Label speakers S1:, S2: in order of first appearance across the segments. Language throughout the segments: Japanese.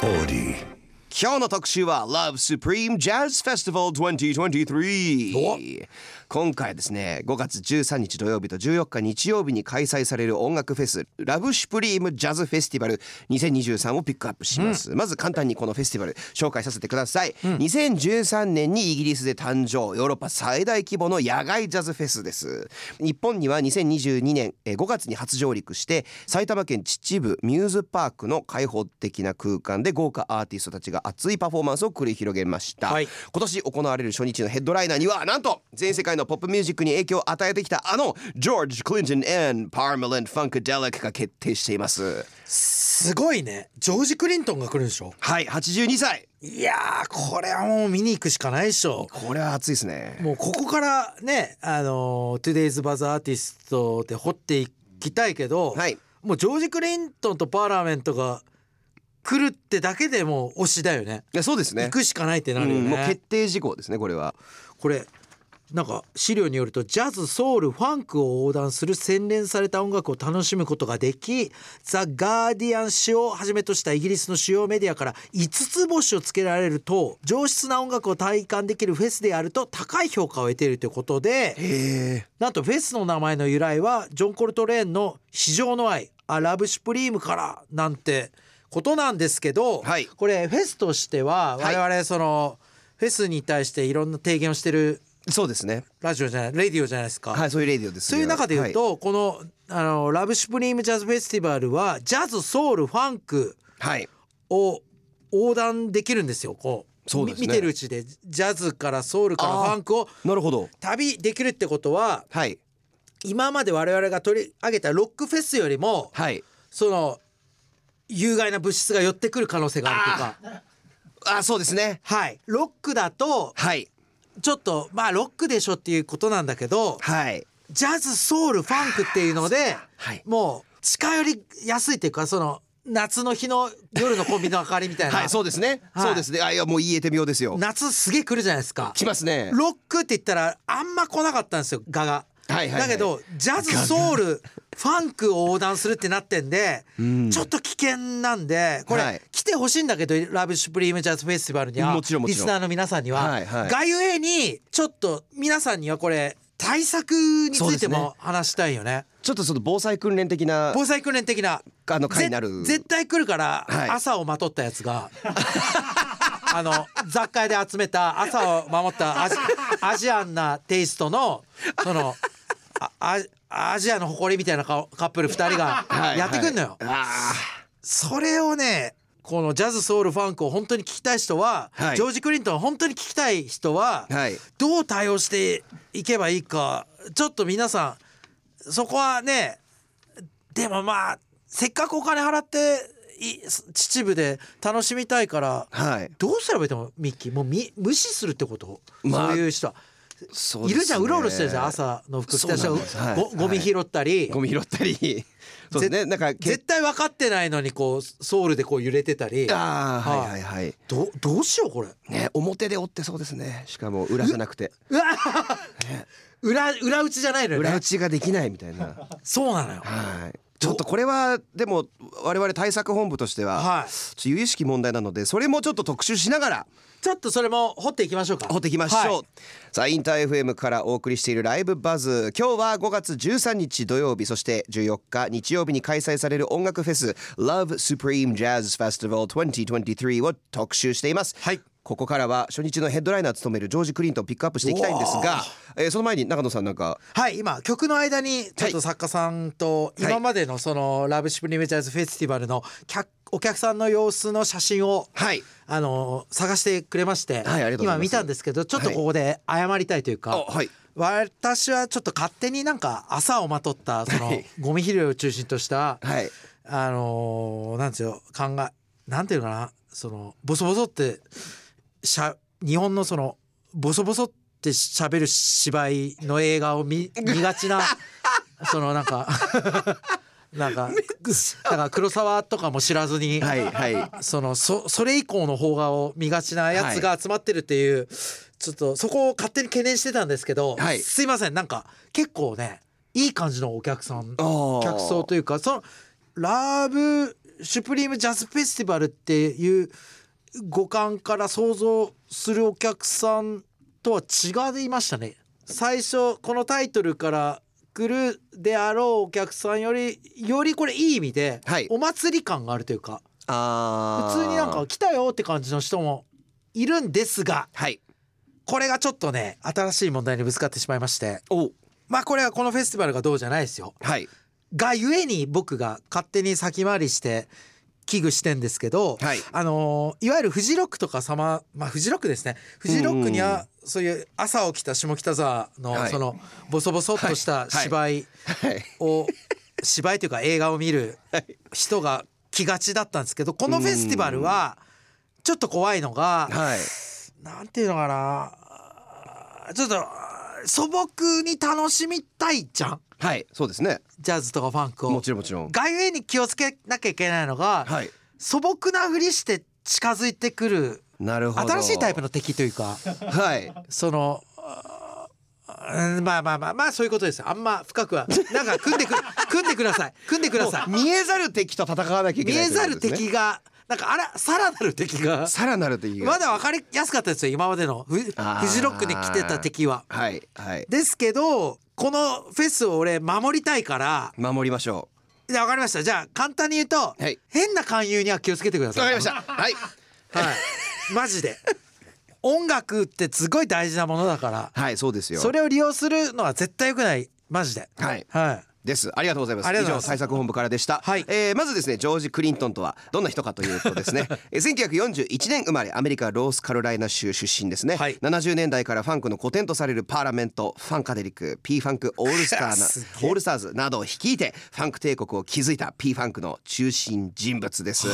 S1: 40.
S2: 今日の特集は Love Supreme Jazz Festival 2023今回ですね5月13日土曜日と14日日曜日に開催される音楽フェス Love Supreme Jazz Festival 2023をピックアップします、まず簡単にこのフェスティバル紹介させてください、2013年にイギリスで誕生ヨーロッパ最大規模の野外ジャズフェスです日本には2022年えー5月に初上陸して埼玉県秩父ミューズパークの開放的な空間で豪華アーティストたちが熱いパフォーマンスを繰り広げました、
S3: はい
S2: 今年行われる初日のヘッドライナーにはなんと全世界のポップミュージックに影響を与えてきたあのジョージ・クリントン・エン・パーマレント・ファンク・デリックが決定しています
S3: すごいねジョージ・クリントンが来るんでしょ
S2: はい82歳
S3: いやーこれはもう見に行くしかないでしょ
S2: これは熱いですね
S3: もうここからねあのトゥデイズバザーアーティストで掘っていきたいけど、
S2: はい
S3: もうジョージ・クリントンとパーラメントが来るってだけでもう推しだよね
S2: いやそうですね
S3: 行くしかないってな
S2: う
S3: るよ
S2: ん、
S3: ね、
S2: もう決定事項ですねこれは
S3: これなんか資料によるとジャズソウルファンクを横断する洗練された音楽を楽しむことができザ・ガーディアン誌をはじめとしたイギリスの主要メディアから5つ星をつけられると上質な音楽を体感できるフェスであると高い評価を得ているということで
S2: へえ
S3: なんとフェスの名前の由来はジョン・コルトレーンの「市場の愛」「アラブ・シュプリーム」からなんてことなんですけど、
S2: はい
S3: これフェスとしては
S2: はい
S3: 我々その、フェスに対していろんな提言をしてる
S2: そうですね
S3: ラジオじゃないレディオじゃないですか、
S2: はいそういうレディオです
S3: そういう中で言う
S2: は
S3: と、このあの「ラブ・シュプリーム・ジャズ・フェスティバル」はジャズソウルファンク
S2: はい、はい
S3: を横断できるんですよこう
S2: そうですね
S3: み見てるうちでジャズからソウルからフ
S2: あー
S3: ァンクを
S2: なるほど
S3: 旅できるってことは
S2: はい
S3: 今まで我々が取り上げたロックフェスよりも
S2: はい
S3: その有害な物質が寄ってくる可能性があるとか
S2: あそうですね
S3: はいロックだと
S2: はい
S3: ちょっとまあロックでしょっていうことなんだけど
S2: はい
S3: ジャズソウルファンクっていうので
S2: はい
S3: もう近寄りやすいっていうかその夏の日の夜のコンビニの明かりみたいな
S2: はいそうですね、
S3: はい
S2: そうですねあいやもう言えてみようですよ
S3: 夏すげえ来るじゃないですか。
S2: 来ますね
S3: ロックって言ったらあんま来なかったんですよガが。
S2: はいはいはい
S3: だけどジャズソウルファンクを横断するってなってんで、ちょっと危険なんでこれ、
S2: はい
S3: 来てほしいんだけど「ラブシュプリームジャズフェスティバルには
S2: もちろんもちろ
S3: リス
S2: ん
S3: ナーの皆さんには、
S2: はいはい
S3: がゆえにちょっと皆さんにはこれ対策につ
S2: そうで
S3: い
S2: す
S3: て
S2: ね
S3: も話したいよね。
S2: ちょっとその防災訓練的な
S3: 防災訓練的な
S2: あの会になる
S3: ぜ絶対来るから、
S2: はい
S3: 朝をまとったやつが あの雑貨屋で集めた朝を守ったアジアジアンなテイストのそのあアジアジアの誇りみたいなカカップル2人が
S2: はい
S3: やってくんのよ。
S2: はいあ
S3: それをねこのジャズソウルファンクを本当に聞きたい人は、
S2: はい
S3: ジョージ・クリントンを本当に聞きたい人は、
S2: はい
S3: どう対応していけばいいかちょっと皆さんそこはねでもまあせっかくお金払ってい秩父で楽しみたいから、
S2: ーはい
S3: どうすればいいと思うミッキーもうみ無視するってこと、
S2: まあ
S3: そういう人は。
S2: そう
S3: い
S2: ですね
S3: るじゃんうろうろしてるじゃん朝の服着た人
S2: そうなんですはい
S3: ごゴミ拾ったり、
S2: ゴミ拾ったりそうですねなんかけ
S3: 絶対分かってないのにこうソウルでこう揺れてたり
S2: あーはいはいはい
S3: どどうしようこれ
S2: ね表で折ってそうですねしかも裏じゃなくて
S3: うわ裏裏打ちじゃないのよね
S2: 裏打ちができないみたいな
S3: そうなのよ
S2: はいちょっとこれはでも我々対策本部としては、
S3: はい
S2: ちょっと由々しき問題なのでそれもちょっと特集しながら
S3: ちょっとそれも掘っていきましょうか
S2: 掘っていきましょう、
S3: はい
S2: さあインター FM からお送りしているライブバズ今日は5月13日土曜日そして14日日曜日に開催される音楽フェス Love Supreme Jazz Festival 2023を特集しています、
S3: はい
S2: ここからは初日のヘッドライナーを務めるジョージ・クリントンをピックアップしていきたいんですが、えーその前に中野さんなんか
S3: はい今曲の間にちょっと作家さんと
S2: い
S3: 今までのその「ラブシップリメジャーズフェスティバルの客」お客さんの様子の写真を、
S2: はい
S3: あの探してくれまして、
S2: はいありがとうございます
S3: 今見たんですけどちょっとここで謝りたいというか、
S2: あはい
S3: 私はちょっと勝手になんか朝をまとったその
S2: はい
S3: ゴミ拾いを中心とした、
S2: はい
S3: あのーなんですよ考えなんていうのかなそのボソボソってしゃ日本のそのボソボソって喋る芝居の映画を見見が ちなそのなんかなんかなんか黒沢とかも知らずに、
S2: はい はい
S3: そのそそれ以降の邦画を見がちなやつが集まってるっていう、ちょっとそこを勝手に懸念してたんですけど、
S2: はい
S3: すいませんなんか結構ねいい感じのお客さん
S2: あー
S3: 客層というかそのラブシュプリームジャズフェスティバルっていう五感から想像するお客さんとは違いましたね最初このタイトルから来るであろうお客さんよりよりこれいい意味で、
S2: はい
S3: お祭り感があるというか
S2: あ
S3: 普
S2: ー
S3: 通になんか来たよって感じの人もいるんですが
S2: はい
S3: これがちょっとね新しい問題にぶつかってしまいまして
S2: お
S3: まあこれはこのフェスティバルがどうじゃないですよ。
S2: はい
S3: がゆえに僕が勝手に先回りして危惧してんですけど、
S2: はい
S3: あのーいわゆるフジロックとか様まあフジロックですねフジロックにはそういう朝起きた下北沢の
S2: はい
S3: そのボソボソっとした芝居
S2: はい
S3: を芝居というか映画を見る人が来がちだったんですけどこのフェスティバルはちょっと怖いのが
S2: はい
S3: なんていうのかなちょっと素朴に楽しみたいじゃん
S2: はいそうですね
S3: ジャズとかファンクを。
S2: もちろんもちろん
S3: 外縁に気をつけなきゃいけないのが、
S2: はい
S3: 素朴なふりして近づいてくる
S2: なるほど
S3: 新しいタイプの敵という か
S2: のはい
S3: そのあーうんまあまあまあまあそういうことですよあんま深くはなんか組んでく 組んでください組んでください
S2: 見えざる敵と戦わなきゃいけ
S3: 見
S2: ない
S3: えざる
S2: ということですね
S3: 敵がなんかあらさらなる敵が
S2: さらなる敵が
S3: まだ分かりやすかったですよ今までのフ
S2: あー
S3: フジロックに来てた敵は。
S2: はいはい
S3: ですけどこのフェスを俺守りたいから
S2: 守りましょ
S3: でわかりましたじゃあ簡単に言うと、
S2: い
S3: 変な勧誘には気をつけてくだ
S2: う
S3: さい
S2: わかりましたはい
S3: はい、マジで音楽ってすごい大事なものだから
S2: はいそうですよ
S3: それを利用するのは絶対良くないマジで
S2: はい
S3: は
S2: ですありがとうございます
S3: ありがとうございます
S2: 以上対策本部からでした、
S3: はい
S2: えーまずですねジョージ・クリントンとはどんな人かというとですねえー1941年生まれアメリカロースカロライナ州出身ですね、
S3: はい
S2: 70年代からファンクの古典とされるパーラメントファンカデリック P ファンクオールスタ
S3: す
S2: ー
S3: げ
S2: な
S3: え
S2: オールスターズなどを率いてファンク帝国を築いた P ファンクの中心人物です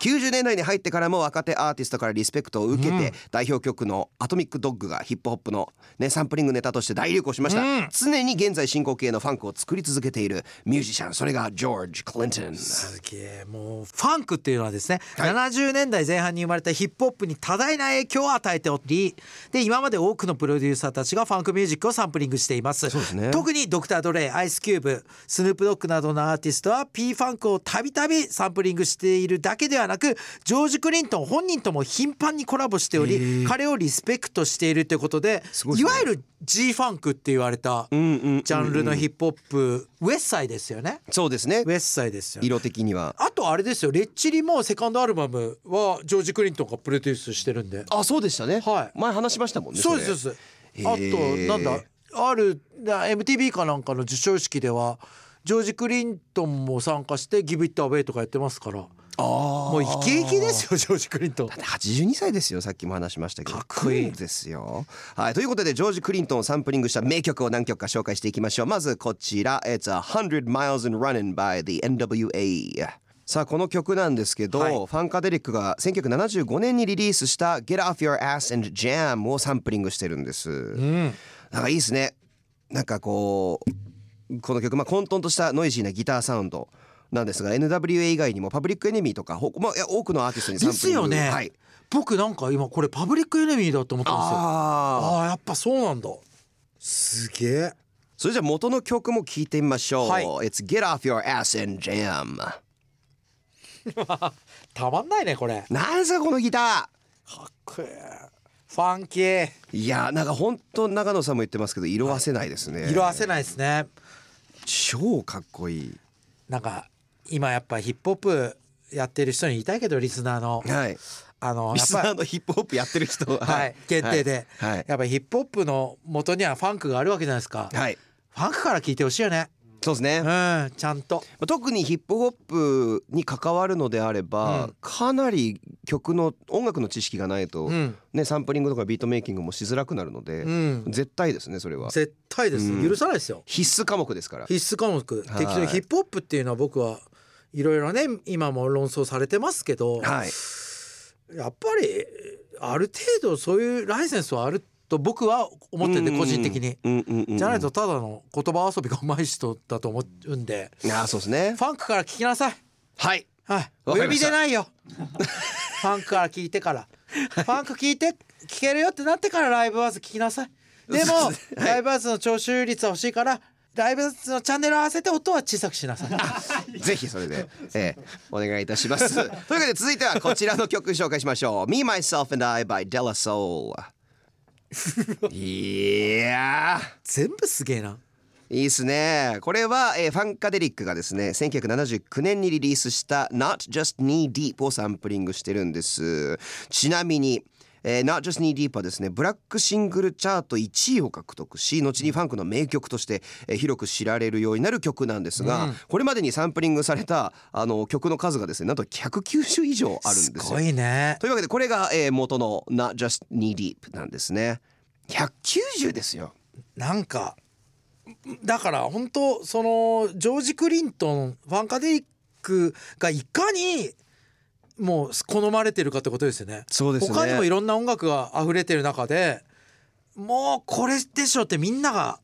S2: 90年代に入ってからも若手アーティストからリスペクトを受けて、代表曲の「アトミック・ドッグ」がヒップホップの、ね、サンプリングネタとして大流行しました、常に現在進行形のファンクを作り続けているミュージシャンそれがジョージ・クリントン
S3: いすげえもうファンクっていうのはですね、70年代前半に生まれたヒップホップに多大な影響を与えておりで今まで多くのプロデューサーたちがファンクミュージックをサンプリングしています
S2: うですね
S3: 特にドクター・ドレイアイスキューブスヌープ・ドッグなどのアーティストは P ファンクをたびたびサンプリングしているだけではなくジョージ・クリントン本人とも頻繁にコラボしており彼をリスペクトしているということで
S2: ごい
S3: い
S2: です
S3: わゆる G ファンクって言われたジャンルのヒップホップウエッサイですよね。
S2: そうですね
S3: ウェッサイですよね
S2: 色的には
S3: あとあれですよレッチリもセカンドアルバムはジョージ・クリントンがプロデュースしてるんで
S2: あそうでしたね、
S3: はい
S2: 前話しましたもんね
S3: そうですそ
S2: そ
S3: うで
S2: れ
S3: すあと
S2: へー
S3: なんだあるな MTV かなんかの授賞式ではジョージ・クリントンも参加して「ギブ・イット・アウェイ」とかやってますから
S2: ああ
S3: もうイケイケですよジョージ・クリントン。
S2: 82歳ですよさっきも話しましたけど
S3: かっこいい
S2: クイーンですよ、はい、ということでジョージ・クリントンをサンプリングした名曲を何曲か紹介していきましょうまずこちら「It's a Hundred Miles and Running by the NWA」さあこの曲なんですけど、
S3: はい
S2: ファンカデリックが1975年にリリースした「Get Off Your Ass and Jam」をサンプリングしてるんです、なんかいいですねなんかこうこの曲まあ混沌としたノイジーなギターサウンドなんですが NWA 以外にもパブリックエネミーとか、ほまあ、いや多くのアーティストにサン
S3: で
S2: プリング
S3: すよね、
S2: はい、
S3: 僕なんか今これパブリックエネミーだと思ったんですよ。
S2: ああ
S3: ああーやっぱそうなんだ。すげえ。
S2: それじゃあ元の曲も聴いてみましょう、
S3: はい
S2: It's Get Off Your Ass and Jam
S3: たまんないねこれ。
S2: なんですかこのギタ
S3: かっこいい。ファンキー。
S2: ーいやーなんか本当長野さんも言ってますけど色褪せないですね、
S3: 色褪せないですね。
S2: 超かっこいい
S3: なんか今やっぱヒップホップやってる人に言いたいけどリスナー の
S2: はい
S3: あの
S2: リ
S3: やっ
S2: スナ
S3: ぱ
S2: ーのヒップホップやってる人は
S3: りはい限定で
S2: はいはい
S3: やっぱりヒップホップの元にはファンクがあるわけじゃないですか。
S2: はい
S3: ファンクから聞いてほしいよね。
S2: そうですね、
S3: う
S2: ま
S3: んちゃんと。
S2: あ特にヒップホップに関わるのであれば、かなり曲の音楽の知識がないと、
S3: ん
S2: ねサンプリングとかビートメイキングもしづらくなるので、
S3: ん
S2: 絶対ですねそれは
S3: 絶対です。許さないですよ。
S2: 必須科目ですから
S3: 必須科目。適当にヒップホップっていうのは僕はいろいろね今も論争されてますけど、
S2: はい
S3: やっぱりある程度そういうライセンスはあると僕は思ってて個人的に。
S2: うんうんうん
S3: じゃないとただの言葉遊びが上手い人だと思うんで、
S2: いやーそうですね
S3: ファンクから聞きなさい。
S2: はい
S3: はい。お呼
S2: わかりま
S3: び
S2: した
S3: でないよ。ファンクから聞いてから、ファンク聞いて聞けるよってなってからライブハウス聞きなさい。でも、ライブハウスの聴取率は欲しいからライブのチャンネルを合わせて音は小さくしなさい。
S2: ぜひそれで、 ええお願いいたし ます。というわけで続いてはこちらの曲紹介しましょう。Me, Myself and I by Della Soul。いや
S3: 全部すげえな。
S2: ーいいっすね。これは、えーファンカデリックがですね、1979年にリリースした Not Just Knee Deep をサンプリングしてるんです。ちなみに、えー Not Just Knee Deep はですね、ブラックシングルチャート1位を獲得し、後にファンクの名曲として、えー広く知られるようになる曲なんですが、これまでにサンプリングされたあの曲の数がですね、なんと190以上あるんですすよ。
S3: ごいね。
S2: というわけでこれが、えー元の Not Just Knee Deep なんですね。190ですよ。
S3: なんかだから本当そのジョージ・クリントンファンカデリックがいかにもう好まれてるかってことですよね。
S2: そうですね
S3: 他にもいろんな音楽が溢れてる中でもうこれでしょってみんなが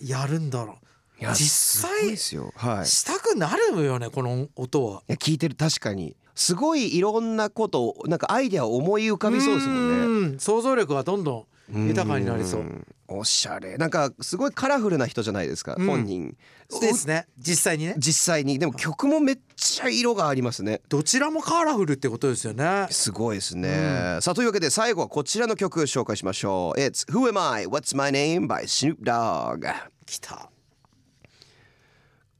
S3: やるんだろう。実
S2: すごいで
S3: 際
S2: すよ。はい。
S3: したくなるよねこの音は。
S2: いや聞いてる確かにすごいいろんなことをなんかアイデアを思い浮かびそうですもんね。
S3: ね。想像力がどんどん豊かになりそう。
S2: んおしゃれなんかすごいカラフルな人じゃないですか、
S3: ん
S2: 本人
S3: そうですね実際にね。
S2: 実際にでも曲もめっちゃ色がありますね
S3: どちらもカラフルってことですよね。
S2: すごいですね、さあというわけで最後はこちらの曲紹介しましょう It's Who Am I? What's My Name? by Snoop Dogg
S3: きた。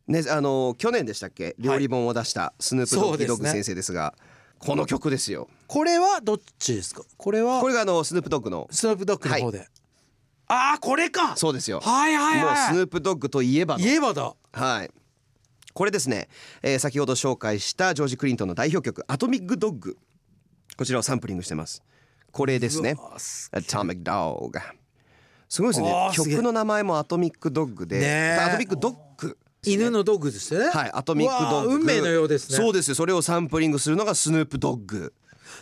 S2: ねあの去年でしたっけ料理本を出したスヌープド
S3: そう
S2: ッキ
S3: で
S2: ード
S3: す
S2: ッ
S3: ね
S2: グ先生ですがこの曲ですよ
S3: これはどっちですかこれは
S2: これがあのスヌープドッグの
S3: スヌープドッグの方で、ああこれか
S2: そうですよ
S3: はいはい
S2: もう
S3: はい
S2: スヌープドッグといえばの
S3: 言えばだ
S2: はい。これですね、えー先ほど紹介したジョージ・クリントンの代表曲「アトミック・ドッグ」こちらをサンプリングしてますこれですね
S3: うわ
S2: 「
S3: す
S2: アトミック・ドッグ」すごいですね
S3: わーすげえ
S2: 曲の名前も「アトミック・ドッグで」
S3: ねえ
S2: アトミック・ドッグ」
S3: 犬のドッグですよね
S2: はい、アトミック・ドッ
S3: うわ
S2: グ
S3: ー運命のようですね
S2: そうですよそれをサンプリングするのがスヌープ・ドッグ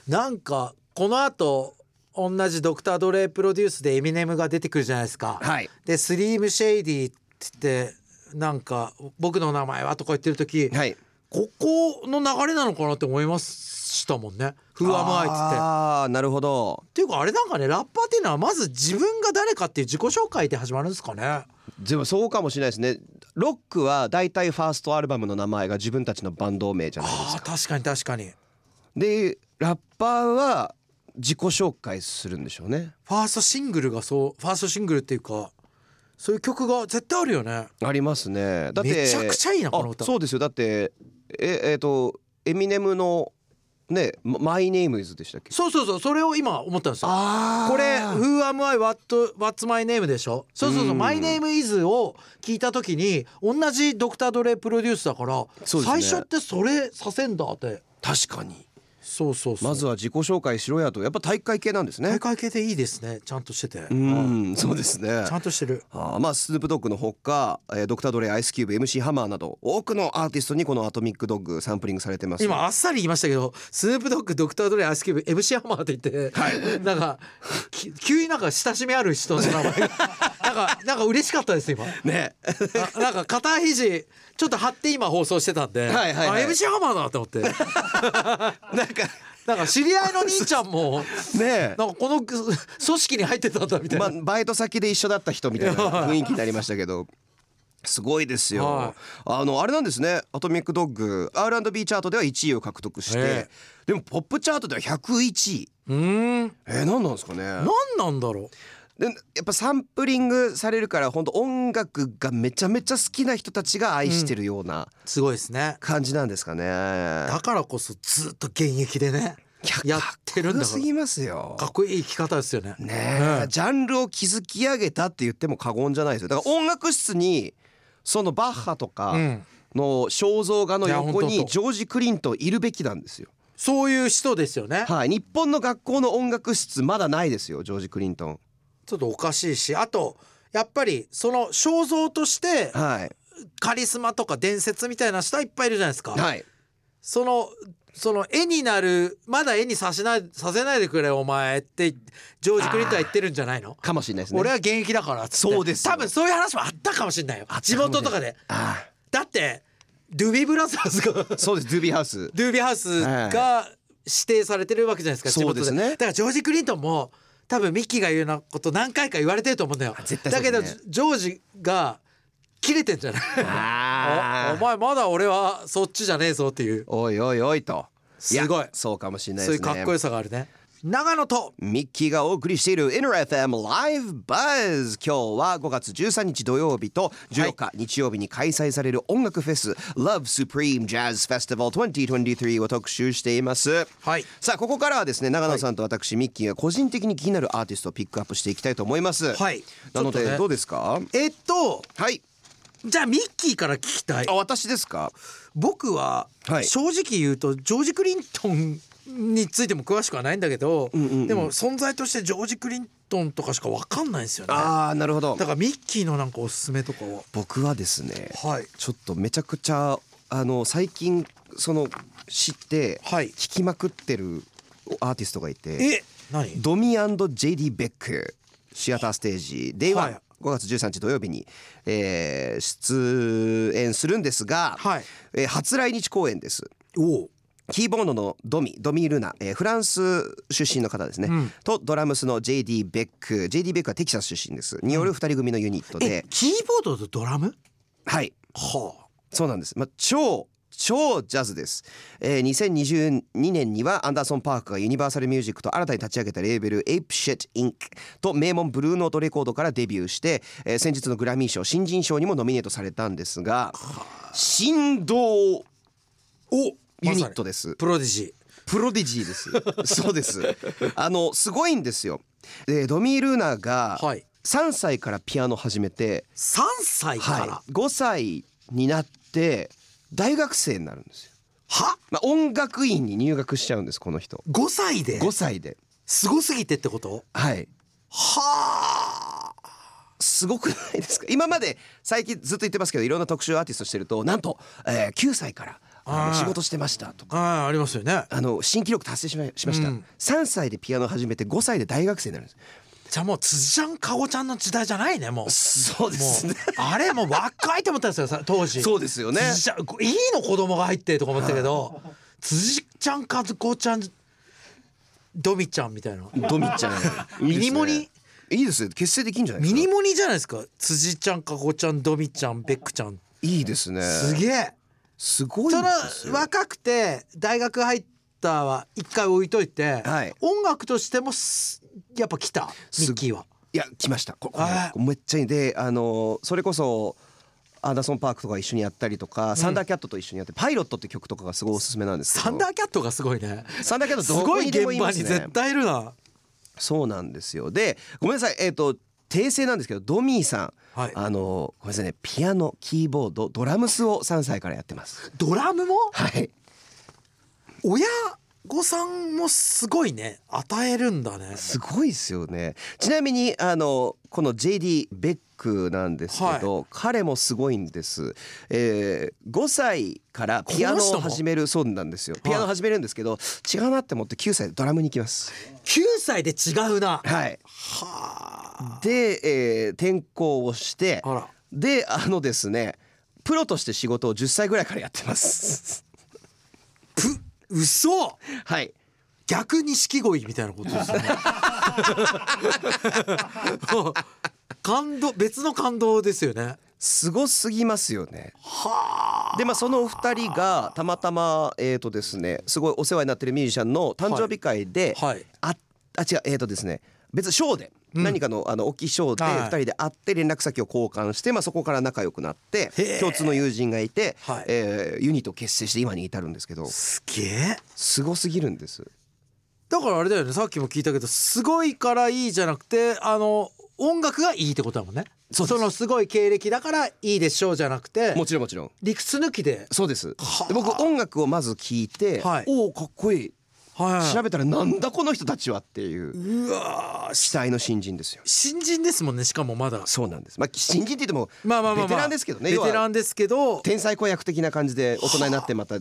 S3: なんかこの後同じドクター・ドレイプロデュースでエミネムが出てくるじゃないですか、
S2: はい
S3: で「スリーム・シェイディ」って言ってなんか「僕の名前は」とか言ってる時、
S2: はい
S3: ここの流れなのかなって思いましたもんね「フーアムアイ」っつって。
S2: ああなるほど
S3: っていうかあれなんかねラッパーっていうのはまず自分が誰かっていう自己紹介で始まるんですかね
S2: でもそうかもしれないですねロックは大体ファーストアルバムの名前が自分たちのバンド名じゃないですか
S3: あー確かに確かに
S2: でラッパーは自己紹介するんでしょうね
S3: ファーストシングルがそうファーストシングルっていうかそういう曲が絶対あるよね
S2: ありますねだって
S3: めちゃくちゃいいなこの歌
S2: あそうですよだってええーとエミネムのね「マイ・ネーム・イズ」でしたっけ
S3: そうそうそうそれを今思ったんですよ
S2: あ
S3: これ「Who am I? What, what's my name?」でしょそうそうそう「My name is」を聞いた時に同じドクター・ドレイプロデュースだから、
S2: そうですね
S3: 最初ってそれさせんだって
S2: 確かに
S3: そうそうそう
S2: まずは自己紹介しろやとやっぱ体育会系なんですね
S3: 大会系でいいですねちゃんとしてて、
S2: うんそうですね
S3: ちゃんとしてる
S2: あーまあスヌープドッグのほか、えードクター・ドレイアイスキューブ MC ハマーなど多くのアーティストにこの「アトミック・ドッグ」サンプリングされてます
S3: 今あっさり言いましたけどスヌープドッグドクター・ドレイアイスキューブ MC ハマーって言って、なんかき急になんか親しみある人の名 前なんかなんか嬉しかったです今
S2: ね
S3: あなんか片肘ちょっと張って今放送してたんで、
S2: はいはいはい
S3: あ MC ハマーだと 思って
S2: なんか
S3: なんか知り合いの兄ちゃんも
S2: ね
S3: なんかこのぐ組織に入ってたんだみたいな、
S2: まあ、バイト先で一緒だった人みたいな 雰囲気になりましたけど。すごいですよ、
S3: はい
S2: あのあれなんですねアトミックドッグ R&B チャートでは1位を獲得して、
S3: え
S2: でもポップチャートでは101位
S3: うーん
S2: えー、何なんですかね
S3: 何なんだろ
S2: でやっぱサンプリングされるから本当音楽がめちゃめちゃ好きな人たちが愛してるような
S3: うすごいですね
S2: 感じなんですかね、
S3: だからこそずっと現役でねやってるんだ
S2: 良
S3: か
S2: す
S3: ら
S2: ぎますよ
S3: かっこいい生き方ですよね
S2: ねえ、ジャンルを築き上げたって言っても過言じゃないですよだから音楽室にそのバッハとか
S3: ん
S2: の肖像画の横
S3: いや
S2: に
S3: 本当
S2: ジョージ・クリントンいるべきなんですよ
S3: そういう人ですよね
S2: はい日本の学校の音楽室まだないですよジョージ・クリントン
S3: ちょっとおかしいしあとやっぱりその肖像として
S2: はい
S3: カリスマとか伝説みたいな人はいっぱいいるじゃないですか、
S2: はい
S3: そのその絵になるまだ絵にさせないさせないでくれお前ってジョージ・クリントンは言ってるんじゃないの、
S2: かもしれないですね
S3: 俺は現役だからっつって
S2: そうですよ
S3: 多分そういう話もあったかもしれないよ地元とかで
S2: あ
S3: だってドゥビーブラザーズが
S2: あそうですドゥービーハウス
S3: ドゥービーハウスが指定されてるわけじゃないですか、
S2: そうですね
S3: 地元だからジョージ・クリントンも多分ミッキーが言うようなこと何回か言われてると思うんだよ
S2: 絶対そ
S3: だ
S2: うで
S3: け
S2: すね
S3: どジョージが切れてんじゃないお
S2: あ
S3: お
S2: あ
S3: 前まだ俺はそっちじゃねえぞっていう
S2: おいおいおいと
S3: すごい
S2: やそうかもしれない
S3: そう
S2: で
S3: い
S2: す
S3: う
S2: ね
S3: かっこよさがあるね長野と
S2: ミッキーがお送りしている InnerFM Live Buzz 今日は5月13日土曜日と14日日曜日に開催される音楽フェス、Love Supreme Jazz Festival 2023を特集しています、
S3: はい
S2: さあここからはですね長野さんと私、ミッキーが個人的に気になるアーティストをピックアップしていきたいと思います
S3: はい
S2: なの
S3: ちょっ
S2: で、
S3: とね
S2: どうですか
S3: えっと
S2: はい
S3: じゃあミッキーから聞きたい
S2: あ私ですか
S3: 僕は
S2: はい
S3: 正直言うとジョージ・クリントンについても詳しくはないんだけど、でも存在としてジョージ・クリントンとかしか分かんないんですよね
S2: ああなるほど
S3: だからミッキーのなんかおすすめとかは
S2: 僕はですね
S3: はい
S2: ちょっとめちゃくちゃあの最近その知って
S3: はい
S2: 聞きまくってるアーティストがいて、
S3: え何
S2: ドミ &JD ベックシアターステージ Day1、
S3: はい
S2: 5月13日土曜日に、えー出演するんですが、
S3: はい
S2: えー初来日公演です。
S3: おう
S2: キーボードのドミドミールナ、えーフランス出身の方ですね、とドラムスの JD ベック JD ベックはテキサス出身ですによる2人組のユニット
S3: え
S2: で、
S3: キーボードとドラム
S2: はい
S3: はあ
S2: そうなんです。まあ、超超ジャズです、えー、2022年にはアンダーソン・パークがユニバーサル・ミュージックと新たに立ち上げたレーベル Ape Shit Inc. と名門ブルーノートレコードからデビューして、えー先日のグラミー賞新人賞にもノミネートされたんですが振動
S3: お
S2: ユニットです
S3: プロディジ
S2: プロディジーですそうです あのすごいんですよでドミー・ルーナが
S3: ーはい
S2: 3歳からピアノ始めて、
S3: 3歳からは
S2: 5歳になって大学生になるんですよまあ、音楽院に入学しちゃうんですこの人
S3: 5歳で
S2: 5歳です
S3: ごすぎてってこと
S2: はい
S3: はあ
S2: すごくないですか今まで最近ずっと言ってますけどいろんな特集アーティストしてるとなんと、えー9歳からあ
S3: あ
S2: の
S3: ー
S2: 仕事してましたとか
S3: あーありますよね
S2: あの新記録達成しましました、
S3: うん
S2: 3歳でピアノ始めて5歳で大学生になるんで
S3: じゃあもう辻ちゃんかごちゃんの時代じゃないねもう
S2: すそうで
S3: も
S2: す
S3: う
S2: ね
S3: あれもう若いと思ったんですよ さ当時
S2: そうですよね
S3: 辻ちゃんいいの子供が入ってとか思ったけ ど辻ちゃんかごちゃんドミちゃんみ たいな
S2: ドミちゃん
S3: ミニモニ
S2: いいですねいいですね結成できんじゃないで
S3: ミ
S2: すか
S3: ニモニじゃないですか辻ちゃんかごちゃんドミちゃんベックちゃん
S2: いいですね
S3: すげえ
S2: すごいん
S3: そ
S2: です
S3: の
S2: よ
S3: 若くて大学入ったは一回置いといて、
S2: はい
S3: 音楽としてもすやっぱ来たミッキーはい
S2: や来ましたここれ
S3: あー
S2: めっちゃいいであのそれこそアンダーソン・パークとか一緒にやったりとか、サンダーキャットと一緒にやって「パイロット」って曲とかがすごいおすすめなんですけど
S3: サンダーキャットがすごいね
S2: サンダーキャッ
S3: す
S2: トどこ
S3: ごい
S2: に
S3: 現
S2: でもい
S3: 場
S2: ま
S3: に
S2: すね
S3: 絶対いるな
S2: そうなんですよでごめんなさいえっ、と訂正なんですけどドミーさん、
S3: はい
S2: あのごめんなさいねピアノキーボードドラムスを3歳からやってます
S3: ドラムも
S2: はい
S3: 親御さんもすごいね与えるんだね
S2: すごいですよねちなみにあのこの JD ベックなんですけど、彼もすごいんです、えー、5歳からピアノ
S3: この人
S2: を
S3: も
S2: 始めるそうなんですよピアノを始めるんですけど、違うなって思って9歳でドラムに行きます
S3: 9歳で違うな
S2: はい
S3: はあ
S2: で、えー転校をして
S3: あら
S2: であのですねプロとして仕事を10歳ぐらいからやってます
S3: 嘘
S2: はい
S3: 逆錦鯉みたいなこと ですねもう感動別の感動ですよね
S2: すごすぎますよね
S3: はあ
S2: でまあそのお二人がたまたまえっ、とですねすごいお世話になってるミュージシャンの誕生日会で、
S3: はいはい
S2: ああ違うえっ、とですね別にショーで、何かのあの大きいショーで
S3: はい
S2: 二人で会って連絡先を交換して、まあ、そこから仲良くなって
S3: へえ
S2: 共通の友人がいて、
S3: はい
S2: えーユニットを結成して今に至るんですけど
S3: すげえ
S2: すごすぎるんです。
S3: だからあれだよねさっきも聞いたけどすごいからいいじゃなくてあの音楽がいいってことだもんね
S2: そうです
S3: のすごい経歴だからいいでしょうじゃなくて
S2: もちろんもちろん
S3: 理屈抜きで、
S2: そうです
S3: はあ
S2: で僕音楽をまず聞いて、
S3: はい
S2: おおかっこいい
S3: はい、
S2: 調べたらなんだこの人たちはっていう
S3: うわーし
S2: 期待の新人ですよ
S3: 新人ですもんねしかもまだ
S2: そうなんですまあ新人って言っても
S3: まあまあまあ、まあ、
S2: ベテランですけどね
S3: ベ
S2: 要は
S3: テランですけど
S2: 天才子役的な感じで大人になってまた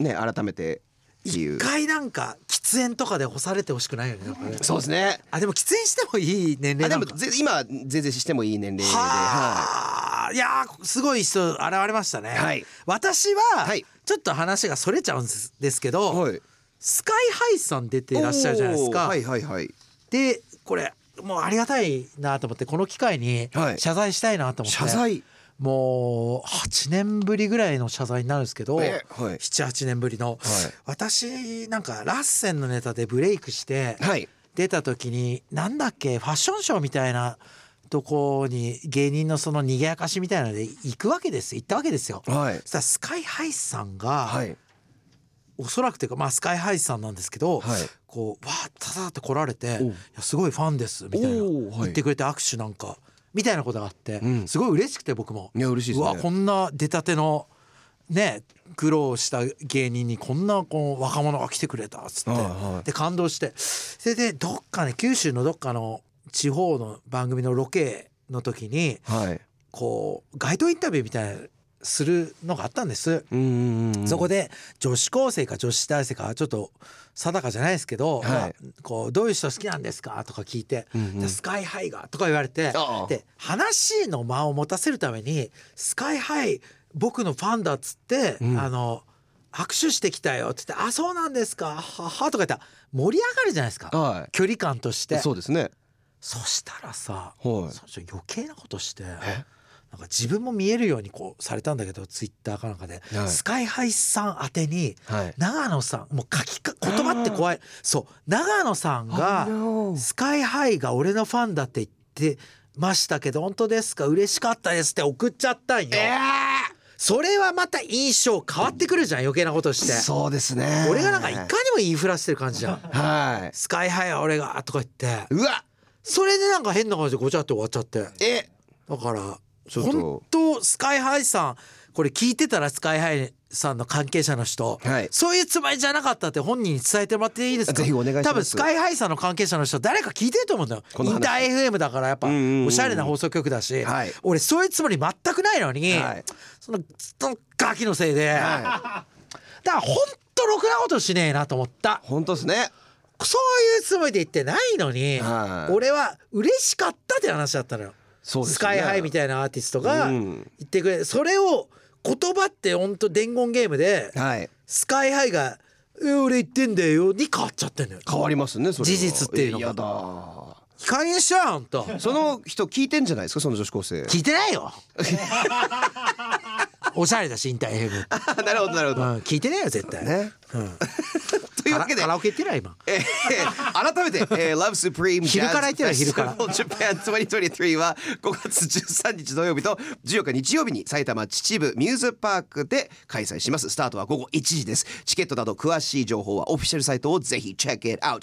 S2: ね改めてってい
S3: 一
S2: う
S3: 回なんか喫煙とかで干されてほしくないよねなんかね
S2: そうですね
S3: あでも喫煙してもいい年
S2: あ
S3: 齢
S2: で
S3: な
S2: も
S3: のか
S2: ぜ今全然してもいい年齢では
S3: はあ、い、やーすごい人現れましたね、
S2: はい
S3: 私は、
S2: はい
S3: ちょっと話がそれちゃうんですですけ
S2: い
S3: ど、
S2: はい
S3: スカイハイさん出ていらっしゃるじゃないですか、
S2: おーはいはいはい
S3: でこれもうありがたいなと思ってこの機会に
S2: はい
S3: 謝罪したいなと思って、
S2: 謝罪
S3: もう8年ぶりぐらいの謝罪になるんですけど、
S2: ええはい
S3: 78年ぶりの、私なんかラッセンのネタでブレイクして、
S2: はい
S3: 出た時になんだっけファッションショーみたいなとこに芸人のその賑やかしみたいなので行くわけです行ったわけですよ。
S2: はい
S3: そしたらスカイハイさんが、
S2: はい
S3: おそらくというか、まあ、スカイハイさんなんですけど、
S2: はい
S3: こうわーってただって来られて「
S2: おう
S3: いやすごいファンです」みたいな
S2: おうはい
S3: 言ってくれて握手なんかみたいなことがあって、
S2: うん
S3: すごい嬉しくて僕も。
S2: いや嬉しいですね
S3: うわこんな出たてのね苦労した芸人にこんなこう若者が来てくれたっつって、
S2: はいはい
S3: で感動してそれでどっかね九州のどっかの地方の番組のロケの時に
S2: はい
S3: こう街頭インタビューみたいなのするのがあったんです。
S2: うんうんうん
S3: そこで女子高生か女子大生かちょっと定かじゃないですけど、
S2: はい
S3: まあこうどういう人好きなんですかとか聞いて、
S2: うんうん
S3: でスカイハイがとか言われて
S2: ああ
S3: で話の間を持たせるためにスカイハイ僕のファンだっつって、
S2: うん
S3: あの握手してきたよって言って「あそうなんですかはは」とか言ったら盛り上がるじゃないですか
S2: は
S3: 距離感として
S2: いそうですね
S3: そしたらさ、
S2: はい
S3: その人余計なことしてなんか自分も見えるようにこうされたんだけどツイッターかなんかで、
S2: はい
S3: スカイハイさん宛てに
S2: はい
S3: 長野さんもう書きか言葉って怖いそう長野さんが「スカイハイが俺のファンだ」って言ってましたけど本当ですか嬉しかったですって送っちゃったんよ。それはまた印象変わってくるじゃん余計なことして。
S2: そうですね
S3: 俺がなんかいかにも言いふらしてる感じじゃん。
S2: は
S3: スカイハイは俺がとか言って
S2: い。うわ、
S3: それでなんか変な感じでごちゃって終わっちゃって
S2: え、
S3: だから
S2: ちょっと
S3: 本当スカイハイさんこれ聞いてたらスカイハイさんの関係者の人、
S2: はい
S3: そういうつもりじゃなかったって本人に伝えてもらっていいですか
S2: ぜひお願いします
S3: 多分スカイハイさんの関係者の人誰か聞いてると思うんだよ
S2: こ
S3: イ
S2: の話
S3: ンター FM だからやっぱ
S2: うんうんうん
S3: おしゃれな放送局だし、
S2: はい
S3: 俺そういうつもり全くないのに、
S2: はい
S3: そのそのガキのせいで、
S2: は
S3: だから本当ろくなことしねえなと思った。
S2: い。本当ですね。
S3: そういうつもりで言ってないのに、
S2: はい
S3: 俺は嬉しかったって話だったのよ。
S2: そうですね
S3: スカイハイみたいなアーティストが
S2: うん
S3: 言ってくれ、それを言葉って本当伝言ゲームで、
S2: はい。
S3: スカイハイが「え俺言ってんだよ」に変わっちゃってんのよ。
S2: 変わりますね。それは
S3: 事実っていうのが
S2: えやだ。
S3: いい加減にしろよほんと
S2: その人聞いてんじゃないですか、その女子高生。
S3: 聞いてないよ。 おしゃれだしインターヘブ、
S2: なるほど、なる
S3: う
S2: ほど。
S3: ん、聞いてないよ絶対。
S2: ね。
S3: うん、
S2: というわけで
S3: カラカ。ラオケ行ってない今。
S2: えー改めて、えー Love Supreme
S3: 昼から言ってない昼から
S2: Japan 2023は5月13日土曜日と14日日曜日に埼玉秩父ミューズパークで開催しますスタートは午後1時ですチケットなど詳しい情報はオフィシャルサイトをぜひチェック it out